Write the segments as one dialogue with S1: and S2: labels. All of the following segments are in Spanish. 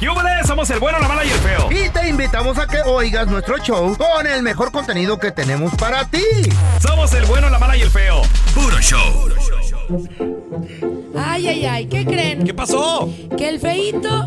S1: ¡Yúbales! Somos el bueno, la mala y el feo.
S2: Y te invitamos a que oigas nuestro show con el mejor contenido que tenemos para ti.
S1: Somos el bueno, la mala y el feo. Puro show.
S3: Ay, ay, ay, ¿qué creen?
S1: ¿Qué pasó?
S3: Que el feito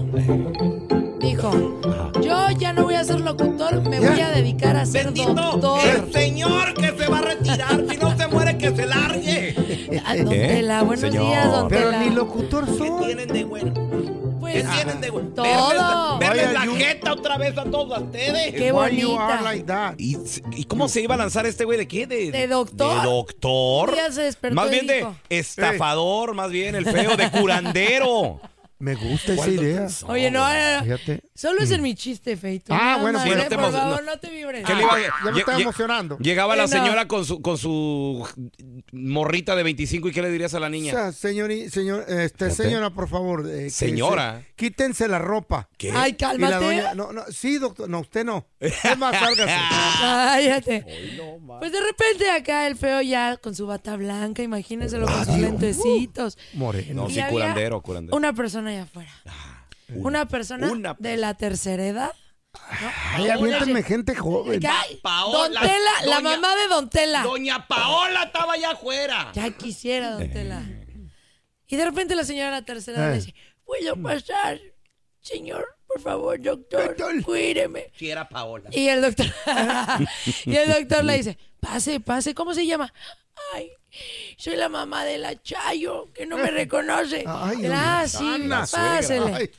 S3: dijo, yo ya no voy a ser locutor, me voy a dedicar a ser
S4: Bendito
S3: doctor.
S4: el señor que se va a retirar. Si no se muere, que se largue.
S3: Ah, Don
S1: ¿Eh?
S3: Tela, buenos
S1: Señor.
S3: días, Don
S2: Pero
S3: Tela.
S2: ni locutor
S4: ¿Qué
S2: soy.
S4: tienen de bueno? ¿Qué
S3: Pues,
S4: tienen de bueno?
S3: Todo.
S4: Verles la- Verles
S2: Vaya,
S4: la
S2: you-
S4: jeta otra vez a todos ustedes.
S3: qué
S2: Why you are
S3: bonita.
S2: like that?
S1: ¿Y, y cómo se iba a lanzar este güey de qué? De,
S3: ¿De doctor?
S1: De doctor.
S3: Ya se despertó
S1: más
S3: y
S1: bien
S3: dijo.
S1: de estafador, más bien el feo, de curandero.
S2: Me gusta esa idea.
S3: Oye, no, no, no.
S2: Fíjate.
S3: Solo es en mi chiste, feito.
S2: Ah,
S3: Nada
S2: bueno,
S3: más,
S1: Mm. bueno,
S3: eh,
S1: te
S3: por
S1: emo-
S3: favor,
S1: no.
S3: no te vibres.
S1: ¿Qué le iba a-
S2: Ah. ya me
S1: lle-
S2: estaba
S1: lle-
S2: emocionando.
S1: Llegaba la
S3: Sí, Eh, no.
S1: señora con su, con su morrita de 25 y ¿qué le dirías a la
S2: O
S1: niña?
S2: sea, señor, y- señor, este, señora, por favor. eh, que
S1: Señora.
S2: se- quítense la ropa.
S1: ¿Qué?
S3: Ay,
S2: Y la
S3: cálmate.
S2: doña- no, no, sí, doctor. No, usted no. Es más, sálgase.
S3: Cállate. pues de repente acá el feo ya con su bata blanca, imagínenselo con sus lentecitos.
S2: Moreno.
S1: no,
S3: Y
S1: sí,
S3: había
S1: curandero, curandero.
S3: Una persona allá afuera. Una persona
S1: una
S3: de la tercera edad. ¿no?
S2: Ay, aviéntenme gente joven.
S3: ¿Qué hay?
S4: Paola,
S3: Pues, don Tela, la
S4: doña-
S3: mamá de Don Tela.
S4: Doña Paola estaba allá afuera.
S3: Ya quisiera, Don Tela. Y de repente la señora de la tercera edad
S2: Eh.
S3: le dice,
S4: Mm.
S3: ¿puedo pasar? Señor, por favor, doctor, cuídeme.
S4: Si era Paola.
S3: Y el doctor, y el doctor le dice, pase, pase, ¿cómo se llama? Ay, soy la mamá de la Chayo, que no me reconoce.
S2: Ay,
S3: Y la, ah, sí,
S2: Ana,
S3: pásele.
S2: Ay,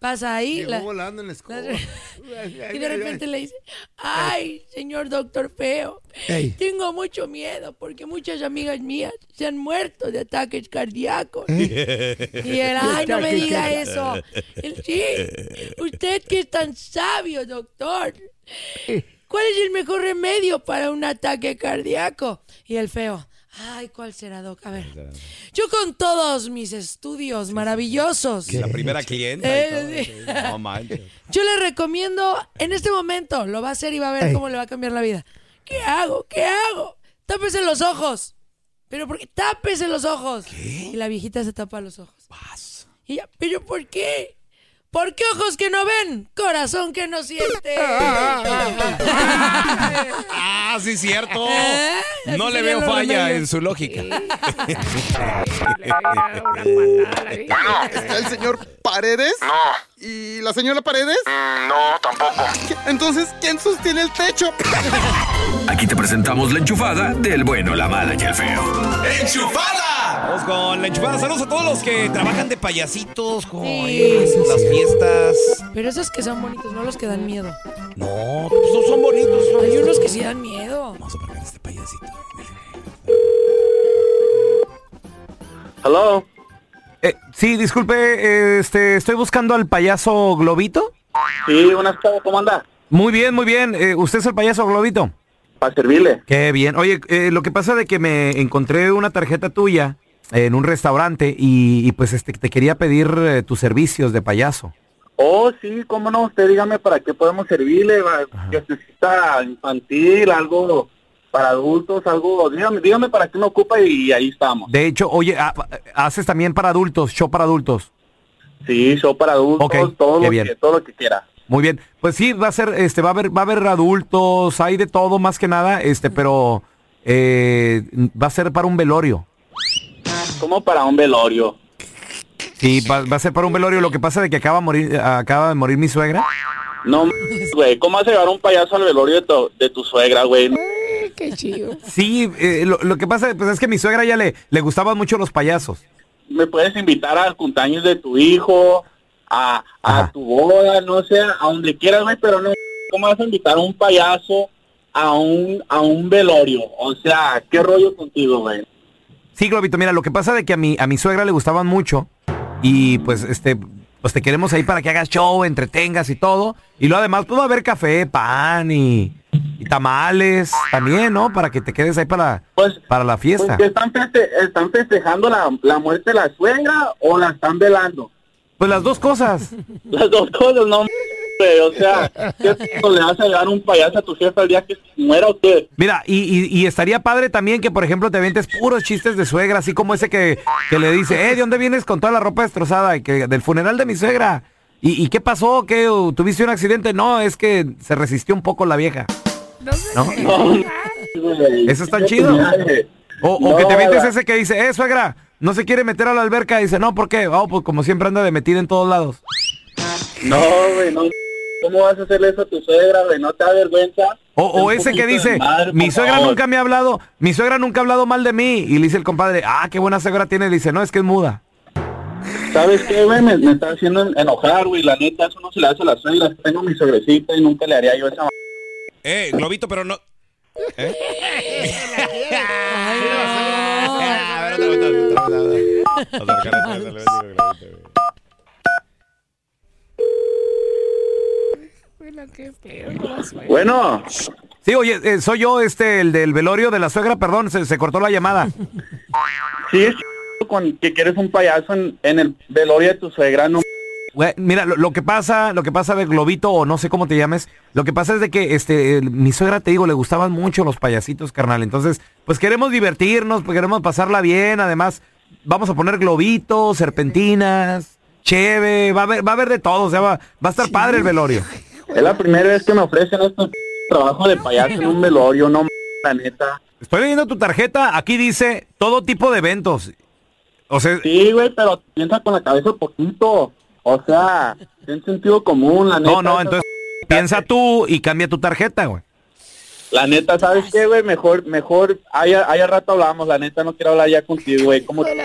S3: Pasa ahí.
S2: llegó
S3: la-
S2: volando en la escoba.
S3: la- y de repente le dice, ay, señor doctor feo,
S2: Ey.
S3: tengo mucho miedo porque muchas amigas mías se han muerto de ataques cardíacos. Y él, ay, no me diga eso. Él, sí, usted que es tan sabio, doctor. ¿Cuál es el mejor remedio para un ataque cardíaco? Y el feo, ay, ¿cuál será, doc? A ver, yo con todos mis estudios maravillosos.
S1: La primera clienta. y
S3: Eh,
S1: todo.
S3: sí.
S1: No manches.
S3: Yo le recomiendo en este momento, lo va a hacer y va a ver cómo le va a cambiar la vida. ¿Qué hago? ¿Qué hago? Tápese los ojos. Pero porque tápese los ojos. Y la viejita se tapa los ojos. Y ella, ¿pero por qué? ¿Por qué ojos que no ven? Corazón que no siente.
S1: Ah, sí, cierto.
S3: ¿Eh? Así
S1: No le
S3: serían
S1: veo
S3: los
S1: falla
S3: remedios.
S1: en su lógica.
S5: ¿Está el señor Paredes? No. ¿Y la señora Paredes? no, tampoco. Entonces, ¿quién sostiene el techo?
S6: Aquí te presentamos la enchufada del bueno, la mala y el feo.
S1: Vamos con la enchufada. Saludos a todos los que trabajan de payasitos, con
S3: Sí.
S1: las fiestas.
S3: Pero esos que son bonitos, no los que dan miedo.
S1: No, pues no son bonitos. son-
S3: Hay unos que sí dan miedo.
S1: Vamos a marcar a este payasito.
S7: Hello.
S8: Eh, sí, disculpe, eh, este, estoy buscando al payaso Globito.
S7: Sí, buenas tardes, ¿cómo anda?
S8: Muy bien, muy bien. eh, ¿Usted es el payaso Globito?
S7: Para servirle.
S8: Qué bien. Oye, eh, lo que pasa de que me encontré una tarjeta tuya
S1: en un restaurante y, y, pues este, te quería pedir eh, tus servicios de payaso.
S7: Oh, sí, cómo no, usted dígame para qué podemos servirle, va, que se necesita infantil, algo para adultos, algo, dígame, dígame para qué me ocupa y ahí estamos.
S1: De hecho, oye, ha- haces también para adultos, show para adultos.
S7: Sí, show para adultos,
S1: Ok,
S7: todo,
S1: qué
S7: lo
S1: bien.
S7: que, todo lo que quiera.
S1: Muy bien. Pues sí, va a ser, este, va a haber, va a haber adultos, hay de todo más que nada, este, pero eh, va a ser para un velorio.
S7: Como para un velorio.
S1: Sí, va, va a ser para un velorio. Lo que pasa de que acaba, de morir, acaba de morir mi suegra.
S7: No, güey, ¿cómo vas a llevar un payaso al velorio de tu, de tu suegra, güey?
S9: Qué chido.
S1: Sí, eh, lo, lo que pasa pues, es que a mi suegra ya le, le gustaban mucho los payasos.
S7: Me puedes invitar al cumpleaños de tu hijo, a, a tu boda, no sé, a donde quieras, güey, pero no, ¿cómo vas a invitar a un payaso a un, a un velorio? O sea, ¿qué rollo contigo, güey?
S1: Sí, Globito, mira, lo que pasa de que a mi, a mi suegra le gustaban mucho y pues este, pues te queremos ahí para que hagas show, entretengas y todo. Y lo además, pues va a haber café, pan y, y tamales también, ¿no? Para que te quedes ahí para, para la fiesta.
S7: Pues, ¿qué están, feste- están festejando la, la muerte de la suegra o la están velando?
S1: Pues las dos cosas.
S7: Las dos cosas, no, güey, o sea, ¿qué tipo le vas a dar un payaso a tu jefe el día que se muera o qué?
S1: Mira, y, y- y estaría padre también que, por ejemplo, te avientes puros chistes de suegra, así como ese que, que le dice, eh, ¿de dónde vienes con toda la ropa destrozada? Y que, del funeral de mi suegra. ¿Y, y qué pasó? ¿Qué? ¿O ¿Tuviste un accidente? No, es que se resistió un poco la vieja. ¿No? Eso está chido.
S7: eh,
S1: O, o que te avientes ese que dice, eh, suegra, no se quiere meter a la alberca. Y dice, no, ¿por qué? Oh, pues como siempre anda de metida en todos lados.
S7: No, güey, no. ¿Cómo vas a hacerle eso a tu suegra, güey? ¿No te da vergüenza?
S1: O, o
S7: Un
S1: ese que
S7: poquito de
S1: dice,
S7: madre,
S1: mi
S7: por
S1: suegra
S7: favor.
S1: nunca me ha hablado, mi suegra nunca ha hablado mal de mí. Y le dice el compadre, ah, qué buena suegra tiene. Y le dice, no, es que es muda.
S7: ¿Sabes qué, güey? Me, me está haciendo en- enojar, güey. La neta, eso no se le hace a las suegras. Tengo mi suegrecita y nunca le haría yo esa...
S3: Eh, Globito, pero no. ¿Eh? A ver, otra vez, otra vez, otra vez, otra vez. Otra vez, otra vez, otra vez.
S7: Bueno.
S1: Sí, oye, eh, soy yo, este, el del velorio de la suegra, perdón, se, se cortó la llamada.
S7: Sí, es con que quieres un payaso en, en el velorio de tu suegra, no...
S1: Güey, Mira, lo, lo que pasa, lo que pasa de Globito o no sé cómo te llames, lo que pasa es de que este el- mi suegra te digo, le gustaban mucho los payasitos, carnal. Entonces, pues queremos divertirnos, pues queremos pasarla bien, además vamos a poner globitos, serpentinas, cheve, va a haber va a haber de todo, o sea, va, va a estar padre el velorio.
S7: Es la primera vez que me ofrecen este trabajo de payaso en un velorio, no, la neta.
S1: Estoy leyendo tu tarjeta, aquí dice todo tipo de eventos. O sea,
S7: Sí, güey, pero piensa con la cabeza un poquito. O sea, en sentido común, la neta.
S1: no, no, entonces piensa tú y cambia tu tarjeta, güey.
S7: La neta, ¿sabes qué, güey? Mejor, mejor, ahí a- ahí al rato hablamos, la neta, no quiero hablar ya contigo, güey. ¿Cómo te-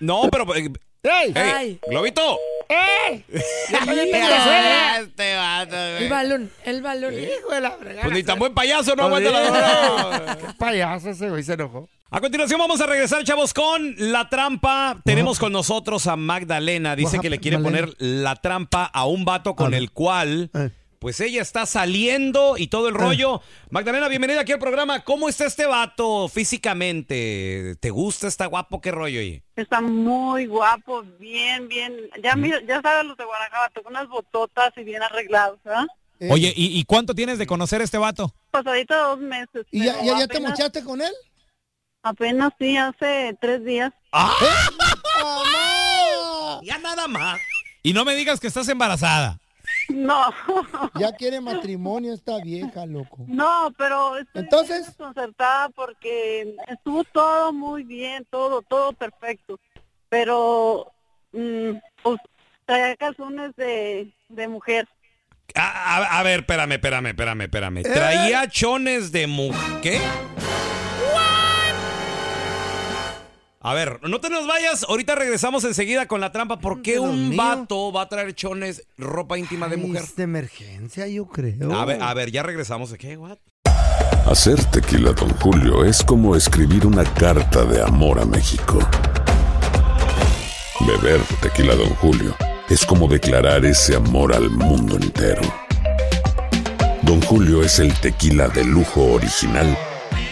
S3: No, pero... eh, ¡Ey! Pues ¡Globito!
S9: ¡Eh!
S3: Este vato,
S9: El balón, el balón. Hijo de la
S3: Pues ni tan buen payaso, no aguanta la
S10: Qué payaso ese güey se enojó.
S3: A continuación vamos a regresar, chavos, con la trampa. Tenemos con nosotros a Magdalena. Dice que le quiere
S10: Magdalena.
S3: poner la trampa a un vato con el cual, pues ella está saliendo y todo el rollo. Magdalena, bienvenida aquí al programa. ¿Cómo está este vato físicamente? ¿Te gusta? ¿Está guapo? ¿Qué rollo? oye?
S11: Está muy guapo, bien, bien.
S12: Mm.
S11: Ya mira, ya sabes los de Guanajuato, con unas bototas y bien arreglados, ¿verdad?
S12: Eh.
S13: Oye, ¿y, y cuánto tienes de conocer a este vato?
S11: Pasadito dos meses.
S12: ¿Y ya-
S11: pero
S12: ya- ya te
S11: apenas-
S12: mochaste con él?
S11: Apenas sí, hace tres días.
S3: ¡Ah! Ya nada más.
S13: Y no me digas que estás embarazada.
S11: No.
S12: Ya quiere matrimonio esta vieja, loco.
S11: No, pero estoy
S12: Entonces-
S11: desconcertada porque estuvo todo muy bien, todo, todo perfecto. Pero mm, pues traía calzones de, de mujer.
S3: A, Ah, a- a ver, espérame, espérame, espérame, espérame. Traía chones de mu... ¿Qué? A ver, no te nos vayas. Ahorita regresamos enseguida con la trampa. ¿Por qué un vato va a traer chones, ropa íntima de mujer?
S10: Es de emergencia, yo creo.
S3: A ver, a ver, ya regresamos. ¿Qué, what?
S14: Hacer tequila, Don Julio, es como escribir una carta de amor a México. Beber tequila, Don Julio, es como declarar ese amor al mundo entero. Don Julio es el tequila de lujo original,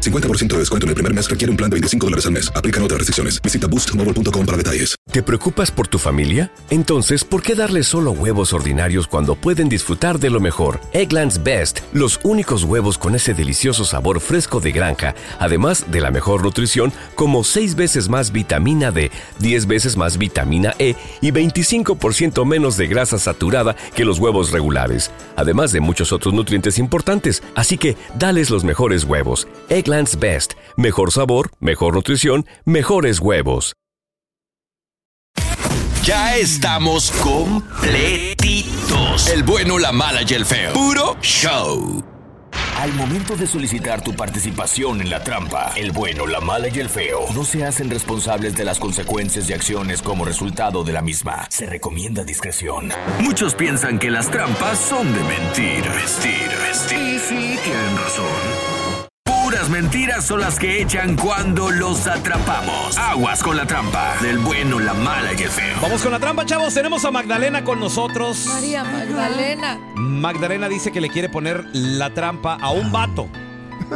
S15: 50% de descuento en el primer mes requiere un plan de 25 dólares al mes. Aplican otras restricciones. Visita boostmobile.com para detalles.
S16: ¿Te preocupas por tu familia? Entonces, ¿por qué darles solo huevos ordinarios cuando pueden disfrutar de lo mejor? Egglands Best, los únicos huevos con ese delicioso sabor fresco de granja, además de la mejor nutrición, como 6 veces más vitamina D, 10 veces más vitamina E y 25% menos de grasa saturada que los huevos regulares, además de muchos otros nutrientes importantes. Así que, dales los mejores huevos. Egglands Best, mejor sabor, mejor nutrición, mejores huevos.
S10: Ya estamos completitos. El bueno, la mala y el feo. Puro show. Al momento de solicitar tu participación en la trampa, el bueno, la mala y el feo no se hacen responsables de las consecuencias y acciones como resultado de la misma. Se recomienda discreción.
S6: Muchos piensan que las trampas son de mentir. Vestir, vestir. Y sí, tienen razón.
S10: Puras mentiras son las que echan cuando los atrapamos. Aguas con la trampa. Del bueno, la mala y el feo.
S1: Vamos con la trampa, chavos. Tenemos a Magdalena con nosotros.
S3: María Magdalena.
S1: Magdalena dice que le quiere poner la trampa a un vato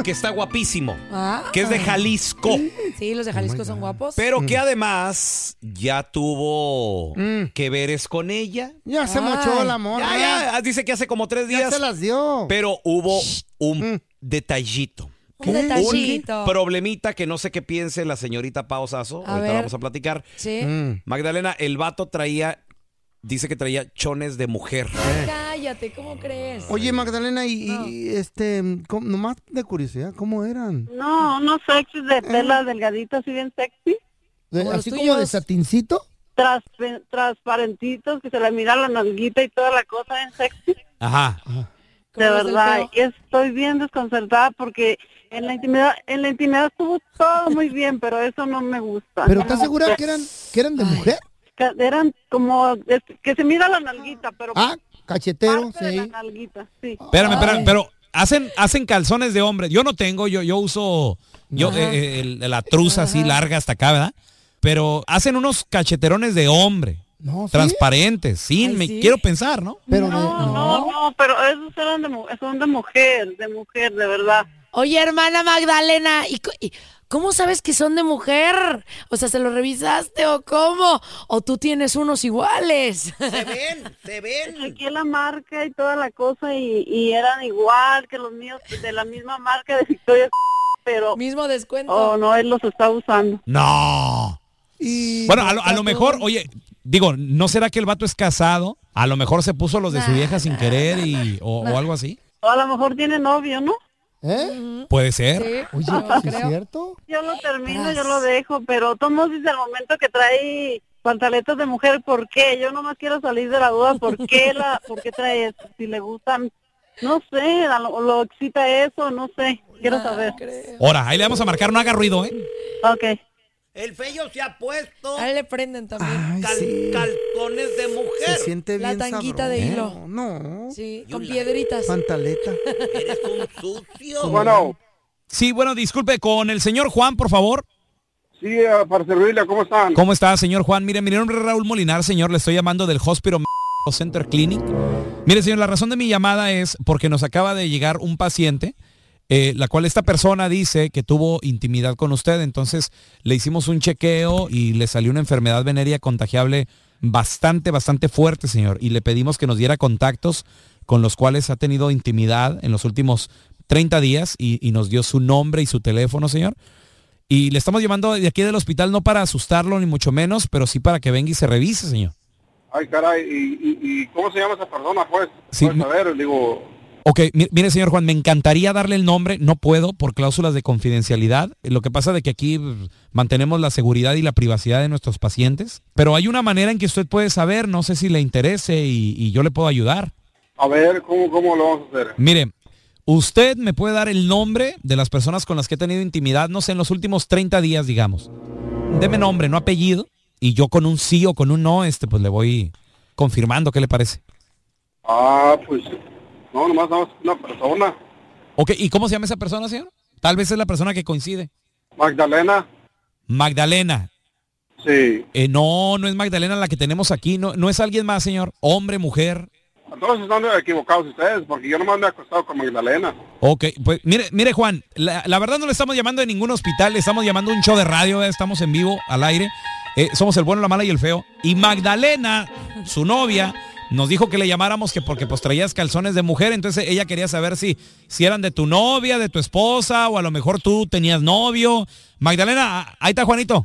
S1: que está guapísimo,
S3: Ah.
S1: que es de Jalisco, Oh
S3: Sí, los de Jalisco son guapos. Mm.
S1: pero que además ya tuvo que veres con ella.
S12: Ya se
S1: Ay.
S12: mochó la morra.
S1: Ya, ya, Ah, dice que hace como tres
S12: Ya
S1: días.
S12: se las dio. Mm.
S1: Pero hubo un detallito.
S3: Un detallito.
S1: Un problemita que no sé qué piense la señorita Pausazo.
S3: A
S1: Ahorita
S3: ver.
S1: vamos a platicar. Mm.
S3: Sí.
S12: Mm.
S1: Magdalena, el vato traía, dice que traía chones de mujer.
S12: Eh.
S3: Cállate, ¿cómo crees?
S12: Oye, Magdalena, y, y, este, com- nomás de curiosidad, ¿cómo eran?
S11: No, unos sexys de tela delgadita, así bien sexy.
S12: Eh. De-
S11: Como los
S12: así como de
S11: tuyos.
S12: satincito.
S11: transpe- transparentitos, que se le mira la nalguita y toda la cosa bien sexy.
S1: Ajá.
S11: De
S17: los del
S11: verdad, y estoy bien desconcertada porque en la intimidad, en la intimidad estuvo todo muy bien, pero eso no me gusta.
S12: ¿Pero estás segura que eran, que eran de mujer?
S11: Que Eran como, es- que se mira la nalguita, pero
S12: Ah, cachetero,
S11: parte de la
S12: sí.
S11: nalguita, sí.
S18: Espérame, espérame, pero hacen, hacen calzones de hombre. Yo no tengo, yo, yo uso yo,
S11: Ajá.
S18: eh, eh, el- la truza así larga hasta acá, ¿verdad? Pero hacen unos cacheterones de hombre.
S12: No, ¿sí?
S18: Transparentes, sin, me quiero pensar, ¿no?
S1: Mm.
S12: Pero
S11: No, no, no, pero esos eran de, mu- son de mujer, de mujer, de verdad.
S3: Oye, hermana Magdalena, ¿y, co- y cómo sabes que son de mujer? O sea, ¿se lo revisaste o cómo? ¿O tú tienes unos iguales?
S11: se ven. Aquí la marca y toda la cosa y, y eran igual que los míos de la misma marca de Victoria, pero
S3: mismo descuento.
S11: Oh, no, él los está usando.
S18: No. bueno, a lo, a lo mejor, oye, digo, ¿no será que el vato es casado? A lo mejor se puso los de su vieja sin querer y, o, o algo así.
S11: O a lo mejor tiene novio, ¿no?
S12: ¿Eh?
S18: Puede ser.
S12: Oye,
S11: ¿sí es
S12: cierto?
S11: Yo lo termino, yo lo dejo, pero todos desde el momento que trae pantaletas de mujer, ¿por qué? Yo nomás quiero salir de la duda, ¿por qué, la, por qué trae eso? Si le gustan, no sé, a lo, lo excita eso, no sé,
S3: Ah,
S11: quiero saber.
S18: Ahora, ahí le vamos a marcar, no haga ruido, ¿eh?
S11: Ok.
S3: El fello se ha puesto. A él le prenden también.
S1: Calzones de mujer.
S12: Se siente
S3: La
S12: bien
S3: tanguita
S12: sabroso. ¿Eh?
S3: de hilo.
S12: No.
S3: Sí, con piedritas.
S12: Pantaleta.
S3: Eres un sucio.
S19: Bueno,
S18: Sí, bueno, disculpe, con el señor Juan, por favor.
S19: sí, eh, para servirle, ¿cómo están?
S18: ¿Cómo está, señor Juan? Mire, mi nombre es Raúl Molinar, señor. Le estoy llamando del Hospital Center Clinic. Mire, señor, la razón de mi llamada es porque nos acaba de llegar un paciente, eh, la cual esta persona dice que tuvo intimidad con usted. Entonces, le hicimos un chequeo y le salió una enfermedad venérea contagiable bastante, bastante fuerte, señor. Y le pedimos que nos diera contactos con los cuales ha tenido intimidad en los últimos 30 días y- y nos dio su nombre y su teléfono, señor. Y le estamos llevando de aquí del hospital no para asustarlo ni mucho menos, pero sí para que venga y se revise, señor.
S19: Ay, caray, ¿y, y- y cómo se llama esa persona, pues?
S18: Sí,
S19: Pues, a ver, digo,
S18: Ok, mi- mire, señor Juan, me encantaría darle el nombre, no puedo por cláusulas de confidencialidad. Lo que pasa de que aquí mm, mantenemos la seguridad y la privacidad de nuestros pacientes, pero hay una manera en que usted puede saber, no sé si le interese y- y yo le puedo ayudar.
S19: A ver, ¿cómo, cómo lo vamos a hacer?
S18: Mire, usted me puede dar el nombre de las personas con las que he tenido intimidad, no sé, en los últimos 30 días, digamos. Deme nombre, no apellido. Y yo con un sí o con un no, este, pues le voy confirmando qué le parece.
S19: Ah, pues, no, nomás damos una persona.
S18: Ok, ¿y cómo se llama esa persona, señor? Tal vez es la persona que coincide.
S19: Magdalena.
S18: Magdalena. Eh,
S19: Sí.
S18: no, no es Magdalena la que tenemos aquí, no, no es alguien más, señor. Hombre, mujer.
S19: Entonces están equivocados ustedes, porque yo nomás me he acostado con Magdalena.
S18: Ok, pues mire, mire Juan, la, la verdad no le estamos llamando de ningún hospital, le estamos llamando a un show de radio, ¿verdad? estamos en vivo, al aire. Eh, somos el bueno, la mala y el feo. Y Magdalena, su novia, nos dijo que le llamáramos que porque pues traías calzones de mujer, entonces ella quería saber si, si eran de tu novia, de tu esposa, o a lo mejor tú tenías novio. Magdalena, ah, ahí está Juanito.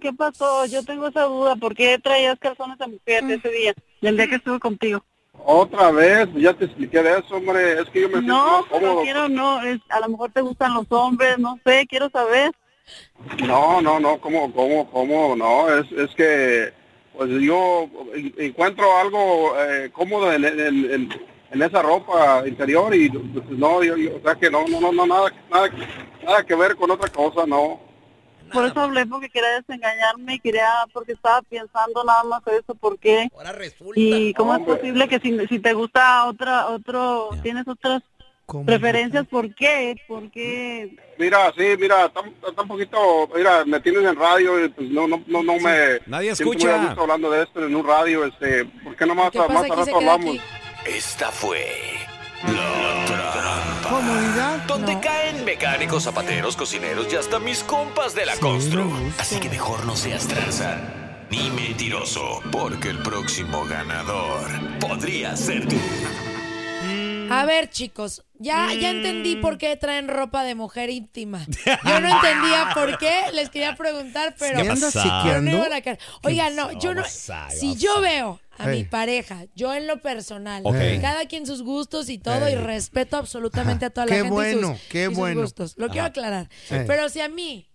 S11: ¿Qué pasó? Yo tengo esa duda. ¿Por qué traías calzones a mujer
S19: Mm.
S11: ese día? Del día que estuve contigo.
S19: Otra vez, ya te expliqué de eso, hombre. Es que yo me siento
S11: No,
S19: más
S11: pero
S19: cómodo.
S11: quiero no. es- a lo mejor te gustan los hombres, no sé, quiero saber.
S19: No, no, no, ¿cómo, cómo, cómo? No, es, es que pues yo en- encuentro algo eh, cómodo en, en- en- en esa ropa interior y pues, no, yo, yo- o sea que no, no, no, no, nada, nada, nada que ver con otra cosa, no.
S11: Por eso hablé porque quería desengañarme y quería, porque estaba pensando nada más eso, ¿por qué? ¿Y cómo
S19: Hombre.
S11: es posible que si, si te gusta otra, otro, tienes otras preferencias, ¿por qué? ¿Por qué?
S19: Mira, sí, mira, está, está un poquito, mira, me tienes en radio y pues no, no, no, no me...
S1: Nadie
S19: siento muy
S1: escucha.
S19: a gusto hablando de esto en un radio, este, ¿por qué no más,
S12: ¿Qué pasa
S19: más
S12: aquí?
S19: a
S12: Se
S19: rato
S12: queda
S19: hablamos?
S10: Esta fue la trampa.
S12: ¿Comodidad?
S10: Donde caen mecánicos, zapateros, cocineros y hasta mis compas de la constru. Así que mejor no seas tranza ni mentiroso, porque el próximo ganador podría ser tú.
S3: A ver, chicos, ya, ya entendí por qué traen ropa de mujer íntima. Yo no entendía por qué, les quería preguntar, pero.
S4: ¿Qué ¿Qué andas pasaba?
S3: pero no
S4: chequeando?
S3: iban a caer. Oigan, no, yo no.
S4: pasaba?
S3: Si yo veo a mi
S4: Ey.
S3: pareja, yo en lo personal,
S4: Ok.
S3: cada quien sus gustos y todo, y
S4: Ey.
S3: respeto absolutamente a toda la
S12: Qué
S3: gente. y sus-
S12: bueno, qué
S3: y sus
S12: bueno.
S3: gustos. Lo quiero
S12: Ajá.
S3: aclarar.
S12: Ey.
S3: Pero si a mí,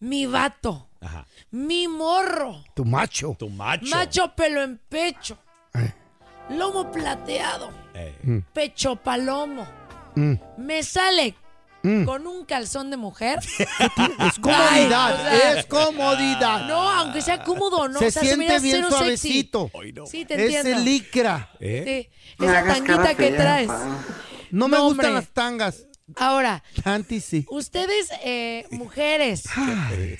S3: mi vato, mi morro,
S12: Tu macho.
S1: Tu macho.
S3: macho pelo en pecho, lomo plateado,
S12: Mm.
S3: pecho palomo.
S12: Mm.
S3: me sale
S12: Mm.
S3: con un calzón de mujer.
S12: Es
S3: Ay,
S12: comodidad,
S3: o sea,
S12: es comodidad.
S3: Ah, No, aunque sea cómodo, ¿no?
S12: Se
S3: O sea,
S12: siente
S3: mira
S12: bien
S3: cero
S12: suavecito.
S3: Sexy. Sí, te
S12: Es
S3: entiendo.
S12: el ¿eh? licra.
S3: Sí,
S1: ¿Eh?
S3: Esa tanguita que traes.
S12: No me
S3: No,
S12: gustan
S3: hombre.
S12: las tangas.
S3: Ahora.
S12: Tanti sí.
S3: Ustedes, eh, mujeres,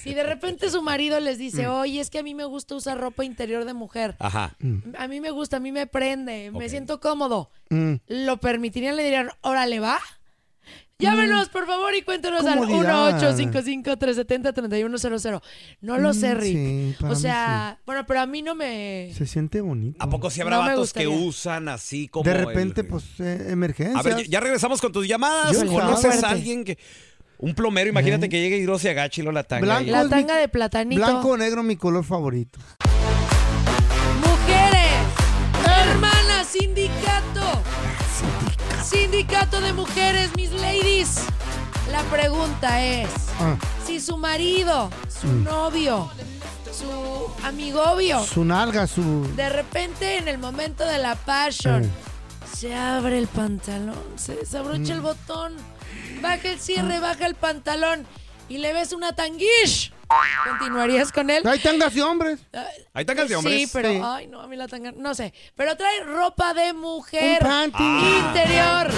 S3: si de repente su marido les dice,
S12: Mm.
S3: oye, es que a mí me gusta usar ropa interior de mujer.
S1: Ajá.
S3: A mí me gusta, a mí me prende, me siento cómodo.
S12: Mm.
S3: ¿Lo permitirían? Le dirían, órale, va. Llámenos, por favor, y cuéntenos al
S12: Mm. Comodidad.
S3: 1855-370-3100. No lo sé,
S12: Mm,
S3: Rick.
S12: sí, para
S3: o
S12: mí
S3: sea, bueno, pero a mí no me...
S12: Se siente bonito.
S1: ¿A poco si habrá
S3: No me
S1: vatos que
S3: gustaría.
S1: usan así como
S12: De
S1: el-
S12: repente, pues, eh, emergencias.
S1: A ver, ya- ya regresamos con tus llamadas.
S12: Yo
S1: ¿Conoces
S12: estaba.
S1: a alguien que... Un plomero, imagínate que llegue y no se agache y lo la tanga.
S12: Blanco
S1: y-
S12: es Pues mi-
S3: de platanito.
S12: Blanco o negro, mi color favorito.
S3: Mujeres, hermanas, sindicato. Sindicato de mujeres, mis ladies. La pregunta es,
S12: Ah.
S3: si su marido, su
S12: Mm.
S3: novio, su amigovio,
S12: Su nalga, su.
S3: de repente en el momento de la passion,
S12: Eh.
S3: se abre el pantalón, se desabrocha
S12: Mm.
S3: el botón, baja el cierre, baja el pantalón y le ves una tanguish. ¿Continuarías con él?
S12: Hay tangas de hombres.
S1: Hay tangas de hombres.
S3: Sí, pero
S1: Sí.
S3: ay, no, a mí la tanga, no sé, pero trae ropa de mujer
S12: Un panty. Ah.
S1: Ah.
S3: interior.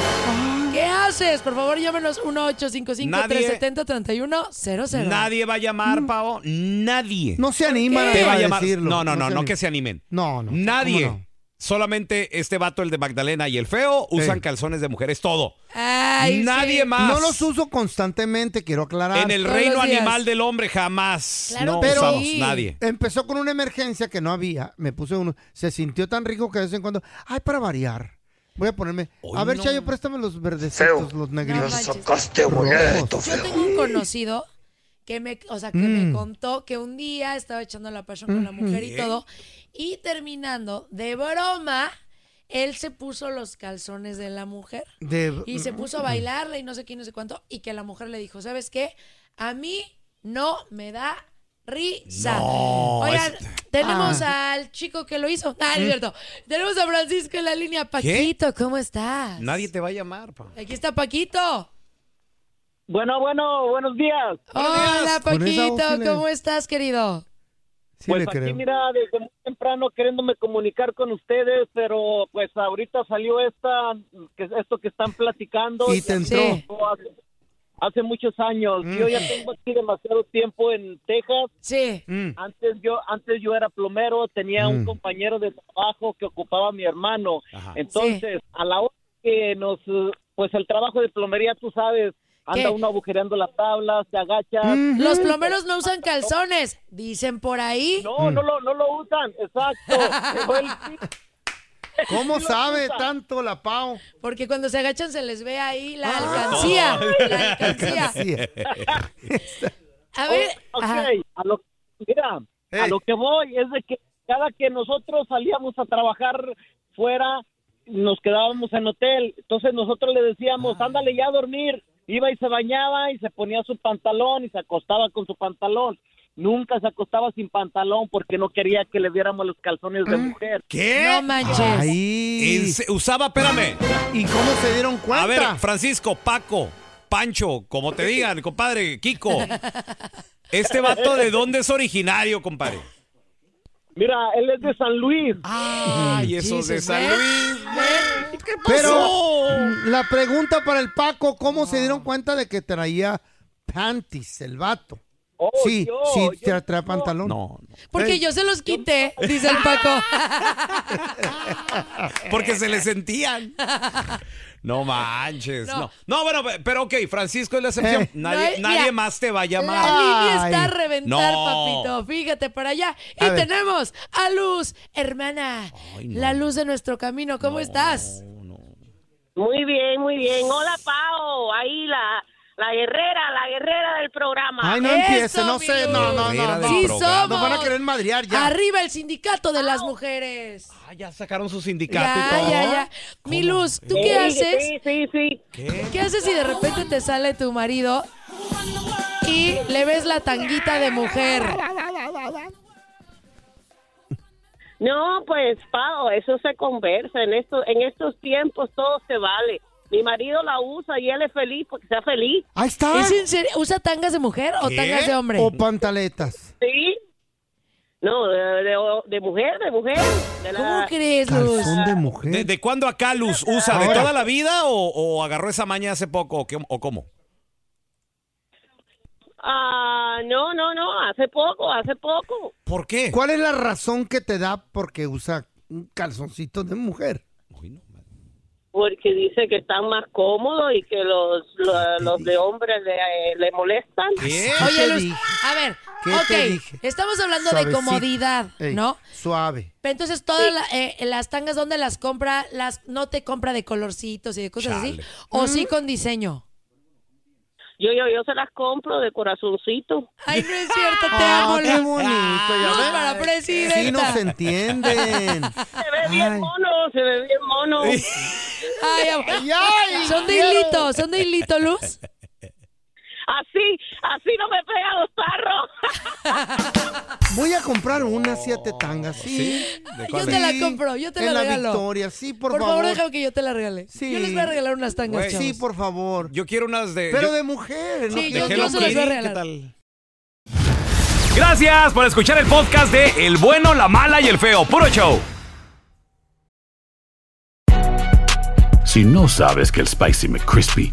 S3: ¿Qué haces? Por favor, llámenos 1855 370 3100.
S1: Nadie va a llamar, Pavo. Nadie.
S12: Mm. No se animan
S1: Te va
S12: a
S1: a llamar-
S12: decirlo.
S1: No, no, no,
S12: se
S1: no,
S12: animan.
S1: que se animen.
S12: No, no.
S1: Nadie.
S12: ¿cómo no?
S1: Solamente este vato, el de Magdalena y el feo, usan calzones de mujeres. Todo.
S3: Ay,
S1: Nadie más.
S12: No los uso constantemente, quiero aclarar.
S1: En el reino animal del hombre jamás. no
S12: pero
S1: usamos nadie.
S12: Empezó con una emergencia que no había. Me puse uno. Se sintió tan rico que de vez en cuando. Ay, para variar. Voy a ponerme. a ver, Chayo, préstame los verdecitos, los negritos.
S3: sacaste
S12: boleto,
S3: Yo tengo un conocido que me, o sea, que me contó que un día estaba echando la pasión con la mujer y
S4: Ujú.
S3: todo y terminando de broma él se puso los calzones de la mujer
S12: De-
S3: y se puso a bailarla y no sé qué, no sé cuánto, y que la mujer le dijo, ¿sabes qué? A mí no me da risa.
S4: No,
S3: Oigan,
S4: es-
S3: tenemos
S4: Ah.
S3: al chico que lo hizo. Ah, es
S1: Mm.
S3: cierto. Tenemos a Francisco en la línea. Paquito, ¿cómo estás?
S1: Nadie te va a llamar, pa.
S3: Aquí está Paquito.
S17: Bueno, bueno, buenos días. Con
S3: Hola,
S17: esa voz
S3: Paquito,
S17: sí le-
S3: ¿cómo estás, querido?
S17: pues
S3: le
S17: aquí,
S3: creo.
S17: mira, desde muy temprano queriéndome comunicar con ustedes, pero pues ahorita salió esta, que es esto que están platicando.
S12: Y te entró. Sí.
S17: Hace, hace muchos años. Yo ya tengo aquí demasiado tiempo en Texas.
S3: Sí.
S17: Antes yo, antes yo era plomero, tenía un
S11: Mm.
S17: compañero de trabajo que ocupaba a mi hermano.
S11: Ajá.
S17: Entonces, a la hora que nos, eh, pues el trabajo de plomería, tú sabes, anda
S3: ¿Qué?
S17: uno agujereando las tablas, se agacha.
S3: Los plomeros no usan calzones, dicen por ahí.
S17: No, no lo, no lo usan, exacto.
S12: ¿Cómo sabe tanto la Pau? Ah.
S3: Porque cuando se agachan se les ve ahí la alcancía. la alcancía. A ver,
S17: O- ok,
S3: ajá.
S17: a lo, mira, a lo que voy es de que cada que nosotros salíamos a trabajar fuera, nos quedábamos en hotel. Entonces nosotros le decíamos, ándale ya a dormir. Iba y se bañaba y se ponía su pantalón y se acostaba con su pantalón. Nunca se acostaba sin pantalón porque no quería que le diéramos los calzones de mujer.
S1: ¿Qué?
S3: No manches.
S1: En se- usaba, espérame.
S12: ¿Y cómo se dieron cuenta?
S1: A ver, Francisco, Paco, Pancho, como te digan, compadre, Kiko. ¿Este vato de dónde es originario, compadre?
S17: Mira, Ah, él es de San Luis.
S1: Ay, esos de San Luis. ¿Qué
S12: Pero la pregunta para el Paco, ¿cómo se dieron cuenta de que traía panties el vato?
S17: Oh,
S12: sí,
S3: yo,
S12: sí,
S3: yo-
S12: tra- trae pantalón.
S1: No,
S3: Porque yo se los quité, dice el Paco.
S1: Porque se le sentían. No manches. No. no, bueno, pero ok, Francisco es la excepción.
S12: Eh.
S1: Nadie,
S3: No,
S1: nadie
S3: mira,
S1: más te va a llamar.
S3: La línea está a reventar,
S1: No.
S3: papito. Fíjate para allá.
S1: A
S3: y
S1: ver.
S3: tenemos a Luz, hermana. La luz de nuestro camino. ¿Cómo estás?
S9: Muy bien, muy bien. Hola, Pao. Ahí la, la guerrera, la guerrera del programa.
S12: Ay, no empiece, no sé, no, no, no, no.
S3: Sí
S12: Nos
S3: somos.
S12: van a querer madrear ya.
S3: Arriba el sindicato de las mujeres.
S1: Ah, ya sacaron su
S3: Ya,
S1: sindicato y todo.
S3: ya, ya. Mi Luz, ¿tú
S1: Sí,
S3: qué haces?
S1: sí, ¿Qué?
S3: ¿Qué haces si de repente te sale tu marido y le ves la tanguita de mujer?
S9: No, pues, Pao, eso se conversa. En, esto, en estos tiempos todo se vale. Mi marido la usa y él es feliz porque sea feliz.
S12: Ahí está.
S3: ¿Es en serio? ¿Usa tangas de mujer o tangas de hombre?
S12: O pantaletas.
S9: Sí. No, de, de- de mujer, de mujer. De la-
S3: ¿Cómo crees, Luz?
S12: de mujer.
S1: ¿De, cuándo acá Luz usa? ¿De
S12: Ahora.
S1: toda la vida o, o agarró esa maña hace poco? ¿O, qué- o cómo?
S9: Ah, no, no, no, hace poco, hace poco.
S1: ¿Por qué?
S12: ¿Cuál es la razón que te da porque usa un calzoncito de mujer?
S9: Porque dice que están más cómodos y que los, lo- los de hombres le, eh, le molestan.
S3: Oye, Luz, a ver,
S12: ¿Qué
S3: ok,
S12: te dije?
S3: estamos hablando de
S12: Suavecito.
S3: comodidad,
S12: Ey,
S3: ¿no?
S12: Suave.
S3: Pero entonces todas la- eh, las tangas, ¿dónde las compra? Las, ¿No te compra de colorcitos y de cosas así?
S9: Chale.
S3: ¿O sí con diseño?
S9: Yo, yo, yo se las compro de corazoncito.
S3: Ay, no es cierto, te
S12: Ah,
S3: amo,
S12: qué
S3: Luz.
S12: bonito, ya
S3: Luz
S12: ves.
S3: para presidenta.
S12: Sí nos entienden.
S9: Se ve bien mono, se ve bien mono.
S3: Ay, amor.
S9: Ay, ay,
S3: son de
S9: quiero.
S3: hilito, son de hilito, Luz.
S9: Así, así no me pegan los tarros.
S12: Voy a comprar una siete tangas, sí.
S3: Yo te la compro, yo te
S12: en
S3: la
S12: la
S3: regalo.
S12: Victoria, sí, por
S3: favor.
S12: favor.
S3: déjame que yo te la regale. Yo les voy a regalar unas tangas,
S12: Güey,
S3: chavos.
S12: Sí, por favor.
S1: Yo quiero unas de.
S12: Pero
S1: yo-
S12: de mujer,
S3: Sí,
S1: de
S3: yo- yo
S1: Hello
S3: se las voy a
S1: Kitty,
S3: regalar.
S1: ¿Qué tal?
S18: Gracias por escuchar el podcast de El bueno, la mala y el feo. Puro show.
S20: Si no sabes que el Spicy McCrispy